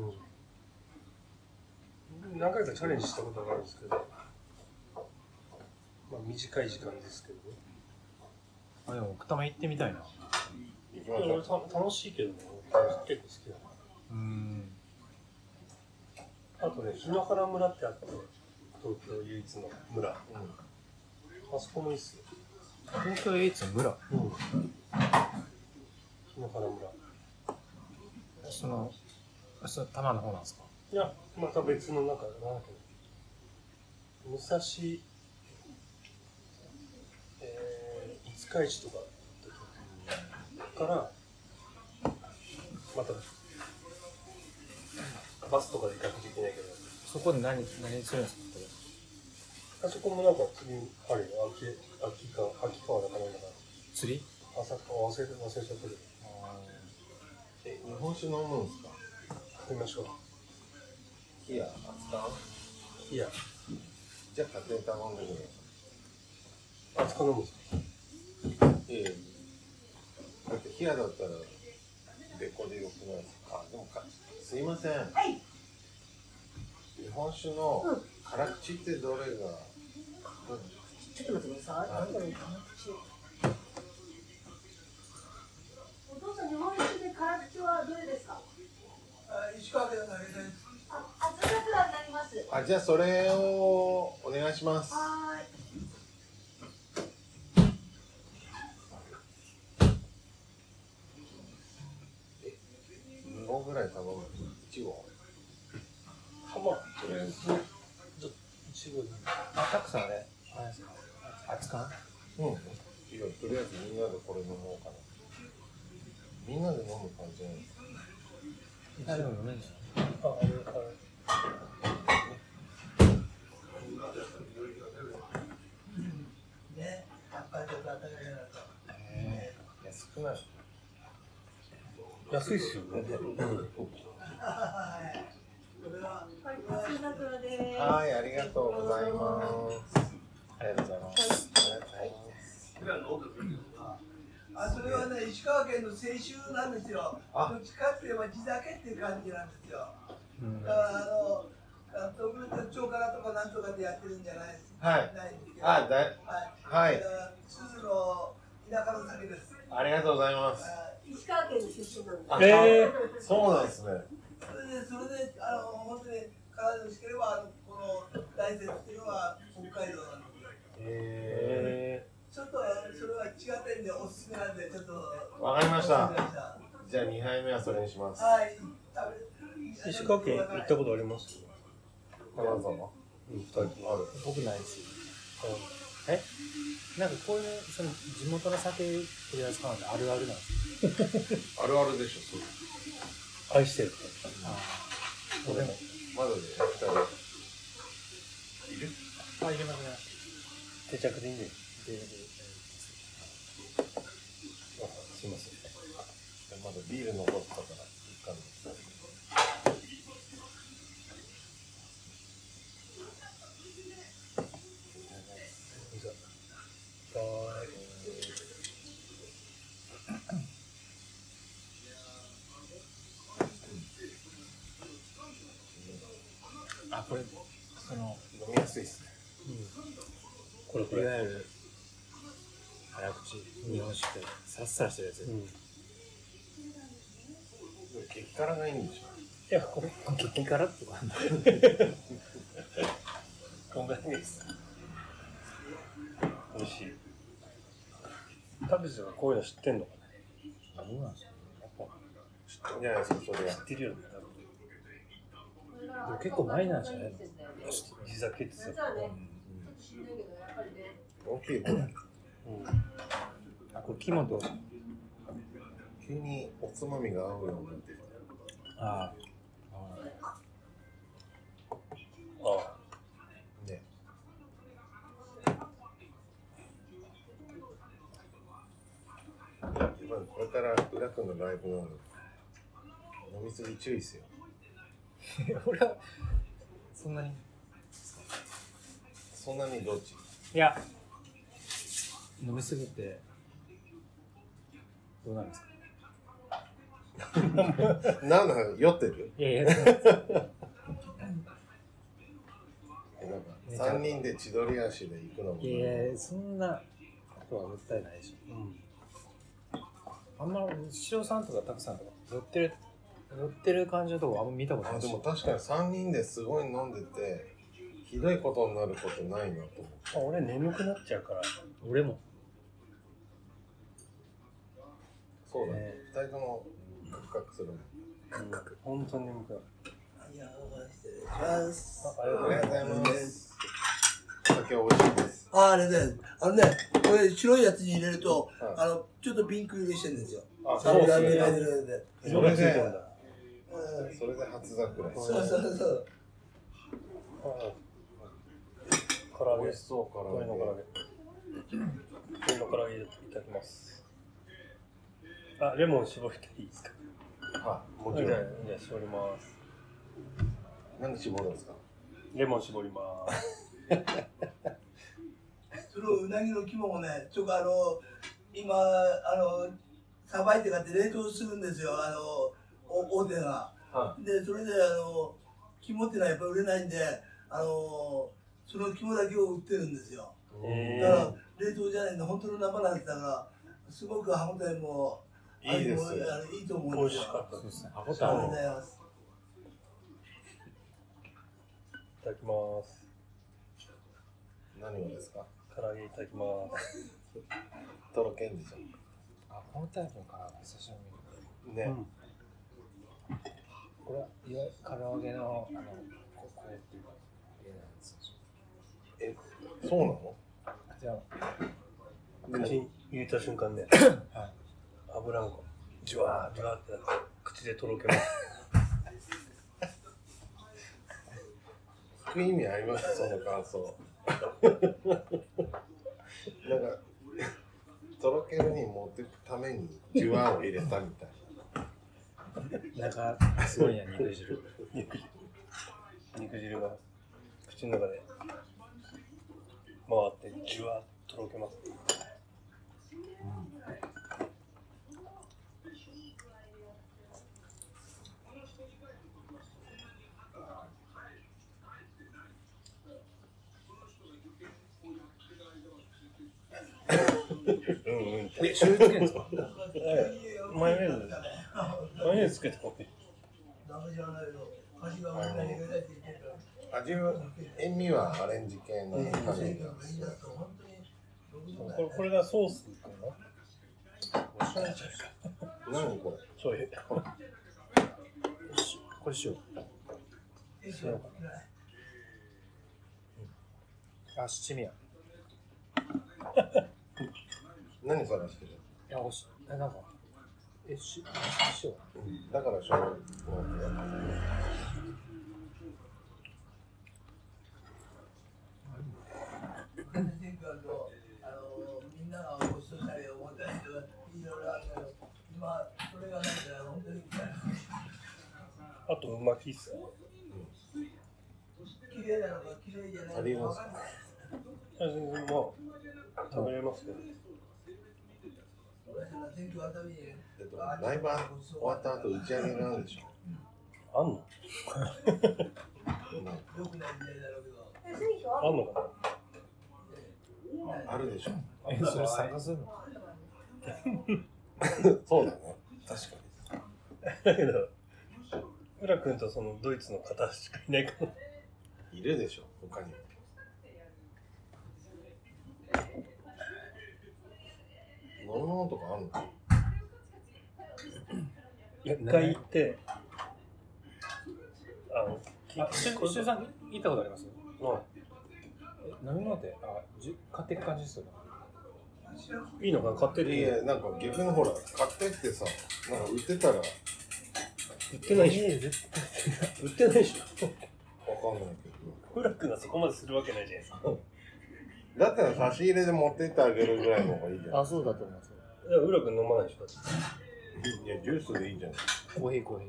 Speaker 1: うん、何回かチャレンジしたことがあるんですけど、まあ、短い時間ですけどね。
Speaker 5: あ、でも奥多摩行ってみたいな。
Speaker 2: 行きましょ
Speaker 1: 俺
Speaker 2: う。
Speaker 1: た楽しいけどね、結構好きだな。
Speaker 5: うん。
Speaker 1: あとね、日野原村ってあって、東京唯一の村。あそこもいいっすよ。
Speaker 5: 東京唯一の村。
Speaker 1: 日野原村。
Speaker 5: その、その多摩の方なんですか。
Speaker 1: いや、また別の中で、なんだっけな武蔵、えー、五日市とかだった時から、また、バスとかで行かなきゃいけないけど、
Speaker 5: そこで何、何するんですか。これ
Speaker 1: あそこもなんか次あるよ、秋、秋か、秋川だかなんだか、
Speaker 5: 釣り。
Speaker 1: 朝か忘れて、忘れちゃったけど、
Speaker 2: え、日本酒飲むんですか
Speaker 1: 飲みましょう。
Speaker 2: いや、熱燗
Speaker 1: いや、
Speaker 2: じゃあ家庭頼んでくださ
Speaker 1: 熱か飲むんですか
Speaker 2: い。いやいやだって冷やだったら、デコでよくないですかあ、でもか、すいません。日本酒の辛口ってどれが、
Speaker 7: ちょっと待ってください。なんだろう、
Speaker 8: お父さん、日本酒で辛口はどれですか
Speaker 4: 石川県の平成
Speaker 8: あ、厚桜になります。
Speaker 2: あ、じゃあそれをお願いします。
Speaker 8: はーい。
Speaker 2: 2合ぐらい頼む。1合。
Speaker 1: あまあ、とりあえず、ちょっと、一部に。
Speaker 5: あ、たくさんあれ。あれですか。熱燗。
Speaker 2: うん。いや、とりあえずみんなでこれ飲もうかな。みんなで飲む感じじゃないですか。
Speaker 5: 一部飲めんじゃない。
Speaker 1: あ、あれ、あれ。
Speaker 4: ね、やっぱりちょっと暖かいなと。
Speaker 2: 安くない
Speaker 1: 安いっすよね。
Speaker 4: はい。これは、
Speaker 8: これ、厚桜です。
Speaker 2: はい、ありがとうございます。
Speaker 3: ありがとうございます。
Speaker 2: はい。
Speaker 4: あそれはね、石川県の清酒なんですよ。どっちかって言えば地酒っていう感じなんですよ。だからあの、あ東京都庁からとかなんとかでやってるんじゃないです。
Speaker 2: はい。
Speaker 4: ないんですけど。
Speaker 2: あ、だい、
Speaker 4: は
Speaker 2: は
Speaker 4: い。
Speaker 2: い。
Speaker 4: 鈴の田舎の酒です。
Speaker 2: ありがとうございます。
Speaker 4: はい
Speaker 8: 石川県の出身なんで
Speaker 2: あ
Speaker 1: え
Speaker 2: そうなんですね。
Speaker 4: それで、それで、あの、本当に体にしければ、あのこの大山っていうのは北海道なんですよ。
Speaker 1: え
Speaker 4: ちょっと、それは違ってんで、おすすめなんで、ちょっと。
Speaker 2: わかりまし
Speaker 4: お
Speaker 2: た
Speaker 4: すすめ。した
Speaker 2: じゃあ2杯目はそれにします。
Speaker 4: はい。食べ
Speaker 1: 石川県行ったことあります
Speaker 2: どうぞ。
Speaker 1: うん、二人とも。
Speaker 5: 僕ないです。え。なんかこういう、その地元の酒取り扱うのってあるあるなんですか。
Speaker 2: あるあるでしょ、それ。
Speaker 1: 愛してる。
Speaker 5: 俺も。
Speaker 2: まだで、2人。
Speaker 5: あ、入れます
Speaker 1: 定
Speaker 5: ね。
Speaker 1: 着でいいんだよ。
Speaker 5: ででです
Speaker 1: いません。
Speaker 2: まだビール残ったから、一貫
Speaker 5: あ、これ、その、
Speaker 2: 飲みやすいですね。
Speaker 1: これこ
Speaker 5: い
Speaker 1: れ。
Speaker 5: わゆる辛口日本酒ってさっさらしてるやつ、
Speaker 1: うん。い
Speaker 2: でも激辛がいいんでしょ。
Speaker 1: や、これ、
Speaker 5: 激辛とか
Speaker 1: こんぐらいです。美味しい。田口がこういうの知ってんのかね
Speaker 2: 知ってんじゃないですか、それは
Speaker 1: 知。ってるよね、多分。
Speaker 8: す。
Speaker 5: 結構前なんじゃない
Speaker 8: 夏
Speaker 1: 地酒ってさ、
Speaker 8: はね、ちょっとしんどいけどやる。ぱりね。
Speaker 2: 大きいね。
Speaker 3: あ、これキモと。
Speaker 2: 急におつまみが合うようになってき
Speaker 3: あ
Speaker 1: あ
Speaker 2: た。ね。やっぱりこれから浦君のライブなので飲みすぎ注意っすよ。
Speaker 5: 俺は、そんなに。い
Speaker 2: そんなにどっち
Speaker 5: や、飲みすぎて、どうなるんですか
Speaker 2: なんだ酔ってる
Speaker 5: いやい *laughs* や、
Speaker 2: なんか3人で千鳥足で行くのも
Speaker 5: いやいや、そんなことは絶対ないでしょ。あんま、塩さんとかタクさんとか、乗ってる、乗ってる感じのとこあんま見たことな
Speaker 2: あ
Speaker 5: い
Speaker 2: で
Speaker 5: し。
Speaker 2: も確かに3人ですごい飲んでてひどいことになることないなと思う
Speaker 1: あ俺眠くなっちゃうから
Speaker 5: 俺も。
Speaker 2: そうだね
Speaker 5: え
Speaker 2: 2人ともカクカクするもん
Speaker 1: 本当に眠くなる
Speaker 4: いや、お待ちしてます。
Speaker 1: あありがとう
Speaker 2: あ
Speaker 1: ご
Speaker 2: り
Speaker 1: ざ
Speaker 2: が
Speaker 1: い
Speaker 2: と
Speaker 1: ま
Speaker 2: う
Speaker 1: す
Speaker 2: ございます酒美味しいです
Speaker 4: ああれね、あのね、これ白いやつに入れると、
Speaker 2: はい
Speaker 4: あの、ちょっとピンク入れしてるんですよ。
Speaker 2: あ
Speaker 4: サ
Speaker 2: そ
Speaker 4: ブ
Speaker 2: うで
Speaker 4: ラ
Speaker 2: す
Speaker 4: メラ
Speaker 2: ね
Speaker 4: でるんで。
Speaker 1: 色がついてるんだ
Speaker 4: うん
Speaker 2: それで初桜です
Speaker 4: そうそうそう。
Speaker 1: 唐揚
Speaker 2: 美
Speaker 1: げ
Speaker 2: 味しそうから
Speaker 1: 鶏の唐揚げ
Speaker 2: ね
Speaker 1: 鶏の唐揚げいただきますあレモン絞りたいいですか
Speaker 2: はいも
Speaker 1: じ
Speaker 2: ち
Speaker 1: ゃ
Speaker 2: ろ
Speaker 1: あじゃあ絞ります
Speaker 2: ん何絞るんですか
Speaker 1: レモン絞ります
Speaker 4: そのうなぎの肝もね、ちょっとあの、今、あの、さばいて買って冷凍するんですよ、あの、お大手が。
Speaker 2: は
Speaker 4: で、それで、あの、肝ってのはやっぱり売れないんで、あの、その肝だけを売ってるんですよ。だ
Speaker 1: え
Speaker 4: から、冷凍じゃないんで、本当の生なんだから、すごく歯応えも、
Speaker 2: いいです
Speaker 4: 味もあのいいと
Speaker 1: ー、
Speaker 4: 思う
Speaker 1: 美
Speaker 4: んで
Speaker 1: 味
Speaker 4: すよ。
Speaker 1: しかった
Speaker 3: そう
Speaker 1: で
Speaker 3: ですすね。
Speaker 4: ありがとうございます。
Speaker 1: いただきます
Speaker 2: 何をですか
Speaker 1: 唐揚げいただきます
Speaker 2: とろけんじちゃん
Speaker 3: あ、このタイプの唐揚げ、久しぶりに見た。
Speaker 2: ね、
Speaker 3: これは、いわゆる唐揚げの、あの、ここうっていう家なんですよ。
Speaker 2: えそうなの
Speaker 3: あじゃあ、
Speaker 1: 口に入れた瞬間ね、
Speaker 3: はい
Speaker 1: 油がこうじゅわーじゅわーってなって口でとろけます
Speaker 2: 聞く意味ありますその感想 *laughs* なんかとろけるに持っていくためにジュワーを入れたみたい
Speaker 5: なんか、すごいや、肉汁。
Speaker 1: 肉汁が口の中で回ってじゅわーっととろけますうんうんって
Speaker 3: え、醤油つけるんですか
Speaker 1: マヨネーズマヨネーズつけた方がいい
Speaker 4: ダメじゃないけど、箸が回らないでくださいって言ってるから。
Speaker 2: な味は塩味はアレンジ系の感じなんですよ
Speaker 1: これこれがソースかな
Speaker 2: 何こ
Speaker 1: 醤油
Speaker 3: これ塩。あ、七味や。い
Speaker 2: れ何探してる
Speaker 3: や、おし、え、なんか、え、し、塩。
Speaker 2: だから醤油を
Speaker 4: みんながごちそうしたり思ったりとかいろいろあるけど今それがないから本当に
Speaker 1: あとう巻きっすね
Speaker 4: 綺麗なのか綺麗じゃないのか分かんない
Speaker 1: いや全然まあ食べれますけど
Speaker 4: 俺ら選挙はたびに
Speaker 2: えっとライブ終わった後打ち上げがあるでし
Speaker 1: あんの
Speaker 2: ょ、ま
Speaker 4: 良くない時代だろうけど
Speaker 8: え、選挙
Speaker 1: あ
Speaker 8: は
Speaker 1: んのかな
Speaker 2: あ、あるでしょ
Speaker 3: え、それ参加するの
Speaker 2: そうだね確かに
Speaker 1: だけど浦君とそのドイツの方しかいないから
Speaker 2: いるでしょ他にも飲み物とかあるのか
Speaker 1: 一回行ってあの
Speaker 5: あ、しゅ、しゅうさん、行ったことあります
Speaker 1: まあ
Speaker 5: え飲み物ってあじ買っていく感じですよね
Speaker 1: いいのかな買って
Speaker 2: い
Speaker 1: て
Speaker 2: やなんか逆にほら買ってってさなんか売ってたらわ
Speaker 1: 売ってないでし
Speaker 5: え絶
Speaker 1: ょ売
Speaker 5: 対
Speaker 1: ってないでしょ
Speaker 2: かんないけど
Speaker 1: フラッグがそこまでするわけないじゃないですか
Speaker 2: だったら差し入れで持ってってあげるぐらいの方がいいじゃん
Speaker 5: あそうだと思います
Speaker 1: いやフラッグ飲まないでしょだって
Speaker 2: いやジュースでいいんじゃない
Speaker 5: 公平公平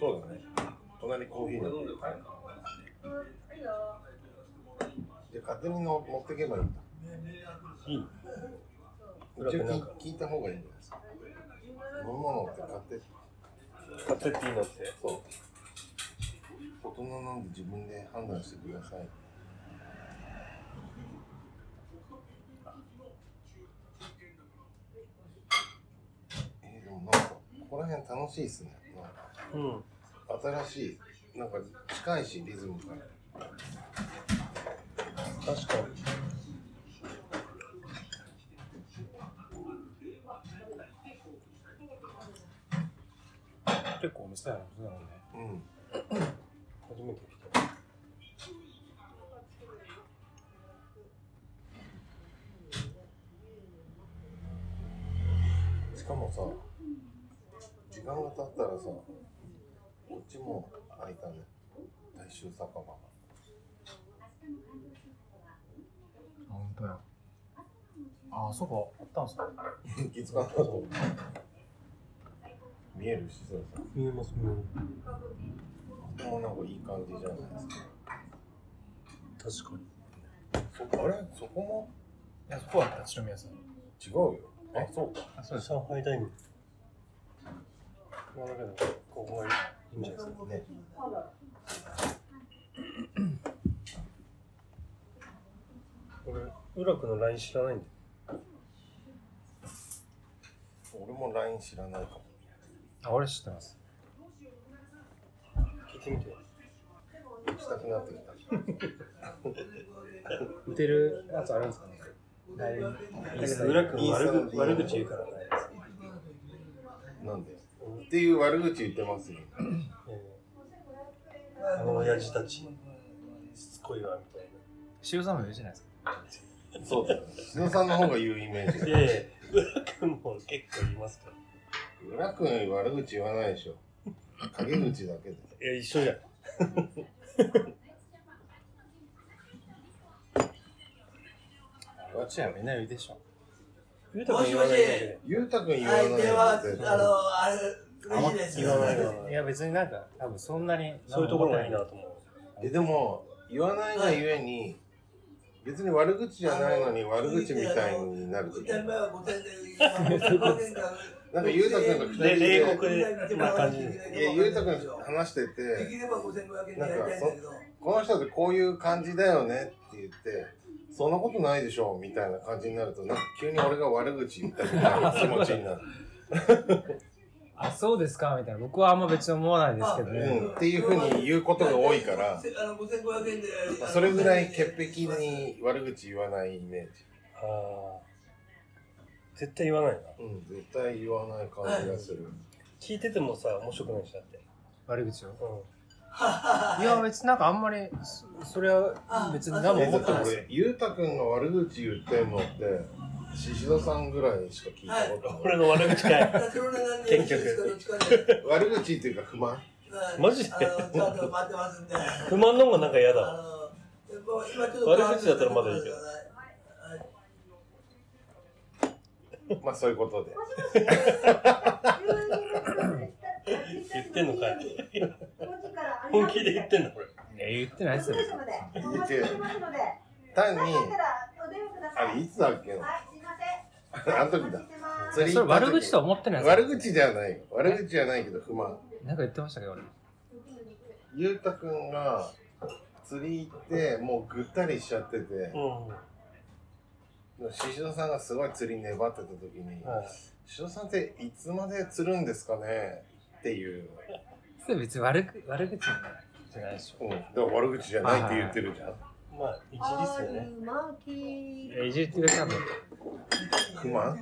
Speaker 2: そうだね隣コーヒーだねで勝手にの持ってけばいいんだ
Speaker 1: いいの
Speaker 2: うちは聞聞いた方がいいんじゃないですか飲み物って買ってって
Speaker 1: 買ってっていいのって
Speaker 2: そう大人なんで自分で判断してくださいえー、でもなんかここら辺楽しいっすねなんか
Speaker 1: うん
Speaker 2: 新しいなんか近いしリズムから
Speaker 1: 確かに
Speaker 5: 結構お店あるんですねこ
Speaker 2: う
Speaker 5: れね
Speaker 2: ん
Speaker 1: 初めて来た
Speaker 2: しかもさ時間が経ったらさこっちも空いたね大衆酒場が
Speaker 3: 本当や。あ、そうか。あったんすか。
Speaker 2: 気づかなかった見えるしそうさ
Speaker 1: 見えますね
Speaker 2: とてもなんかいい感じじゃないですか
Speaker 1: 確かに
Speaker 2: そあれそこも
Speaker 3: いや、そこは立ち飲み屋さん。
Speaker 2: 違うよあそうか
Speaker 1: あそうです上海ダイニングまあだけどここがいいんじゃないですか
Speaker 2: ね
Speaker 1: 俺ウラクの LINE 知らないんだよ
Speaker 2: 俺も LINE 知らないかも
Speaker 3: あ、俺知ってます。
Speaker 1: 聞いてみてよ
Speaker 2: したくなってきた
Speaker 5: 売ってるやつあるんですかね大丈
Speaker 1: だけどウラクの悪口悪口言うからね、
Speaker 2: なんでっていう悪口言ってますよ
Speaker 1: えーあの親父たちしつこいわみたいな
Speaker 3: 塩さんも言うじゃないですか。
Speaker 2: そうだよ篠さんの方が言うイメージが
Speaker 1: で、浦君も結構いますか
Speaker 2: 浦君より悪口言わないでしょ陰口だけで
Speaker 1: ら。いや、一緒じゃん。
Speaker 5: 夫こっちはみんな言うでしょ
Speaker 1: ゆうた君言わないだけで。
Speaker 2: ゆうたくん言わな
Speaker 4: はいい、では、あ
Speaker 2: 絶対
Speaker 4: の、あれ、嬉しいです。
Speaker 1: 言わない言わない
Speaker 5: いや別になんか多分そんなに
Speaker 1: そういうところがいいなと思う。
Speaker 2: えでも言わないがゆえに別に悪口じゃないのに悪口みたいになる
Speaker 4: 5
Speaker 2: 時
Speaker 4: 点
Speaker 2: なんか
Speaker 4: 目は5点で、5点が
Speaker 2: ゆうたくんが二人
Speaker 1: で、
Speaker 2: で
Speaker 1: 冷酷でな感じで。
Speaker 2: いやゆうたくんと話して
Speaker 4: で
Speaker 2: て
Speaker 4: きれば5500円でやりたいんだけど、
Speaker 2: この人ってこういう感じだよねって言ってそんなことないでしょみたいな感じになるとなんか急に俺が悪口みたいな気持ちになる、
Speaker 5: あそうですかみたいな僕はあんま別に思わないですけど
Speaker 2: う
Speaker 5: ね
Speaker 2: ん、っていうふうに言うことが多いから
Speaker 4: あの5500円で、
Speaker 2: それぐらい潔癖に悪口言わないイメ
Speaker 1: ああ。絶対言わないな。
Speaker 2: ージ、うん、絶対言わない感じがする、
Speaker 1: 聞いててもさ、面白くないしだって。
Speaker 5: 悪口を
Speaker 1: う
Speaker 5: いや別になんかあんまりそそれは別に何も
Speaker 2: えだ
Speaker 5: 思っ
Speaker 2: ってて
Speaker 5: ないです
Speaker 2: 俺ゆうたくんが悪口言ってんのって宍戸さんぐらいしか聞いたこと
Speaker 1: ん。
Speaker 2: ない、
Speaker 1: 俺の悪口かい。 *laughs*
Speaker 4: 結局。
Speaker 2: 悪口っていうか不満
Speaker 4: ちょっと待ってますんで。
Speaker 1: 不満の方がなんか嫌だ。
Speaker 4: あの、今ちょっと。
Speaker 2: まあそういうことで
Speaker 1: 言ってんのかい。本
Speaker 8: 本
Speaker 1: 気
Speaker 8: 気
Speaker 1: で
Speaker 8: で
Speaker 1: 言
Speaker 8: 言
Speaker 1: っ
Speaker 8: ってて
Speaker 1: ん
Speaker 8: ん
Speaker 1: の
Speaker 8: の
Speaker 1: これ。
Speaker 5: いや言ってないですよ別に
Speaker 2: 単
Speaker 8: *laughs*
Speaker 2: にあ
Speaker 8: あ
Speaker 2: れ
Speaker 8: れ
Speaker 2: い
Speaker 8: い
Speaker 2: つ
Speaker 8: つ
Speaker 2: だ
Speaker 8: だ
Speaker 2: っ
Speaker 8: っ
Speaker 2: け
Speaker 8: け
Speaker 2: なあ
Speaker 8: あ
Speaker 2: の
Speaker 8: の
Speaker 2: 時
Speaker 8: 時
Speaker 2: だ
Speaker 8: だ。
Speaker 2: それ
Speaker 5: それ悪口とは思ってないです
Speaker 2: 悪口じゃないよ悪口じゃないけど不満
Speaker 5: なんか言ってましたけど俺
Speaker 2: ゆうたくんが釣り行ってもうぐったりしちゃってて
Speaker 1: うん。
Speaker 2: 宍戸さんがすごい釣り粘ってた時に
Speaker 1: はい
Speaker 2: 宍戸さんっていつまで釣るんですかねっていう、
Speaker 5: それ別に悪く悪口じゃないでしょ
Speaker 2: うん、だから悪口じゃないって言ってるじゃん
Speaker 1: まあ、一時っすよね。
Speaker 5: いやいじってくださいもう
Speaker 2: 不満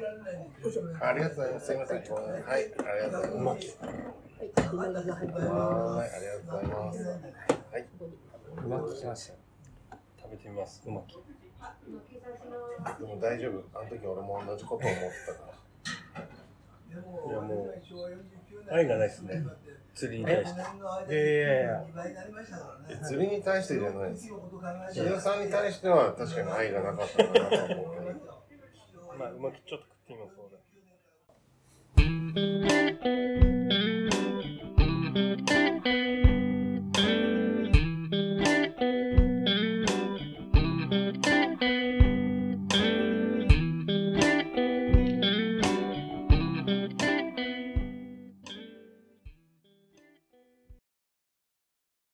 Speaker 2: ありがとうございます。すみません。はい、ありがとうございます。はい、ありがとうございます。はい。
Speaker 5: うまくきましたよ。
Speaker 1: 食べてみますうまき
Speaker 2: でも大丈夫。あの時俺も同じこと思ってたから。
Speaker 4: で
Speaker 1: い
Speaker 4: も
Speaker 1: やもう
Speaker 4: 昭和49年
Speaker 1: 愛がないですね釣りに対して
Speaker 4: 5年の間に
Speaker 5: いやいやいや
Speaker 4: 二倍になりましたからね
Speaker 2: え釣りに対してじゃないです。
Speaker 4: のこと考え
Speaker 2: 石田さんに対しては確かに愛がなかったかなと思うけど。
Speaker 1: まあうまきちょっと食ってみます俺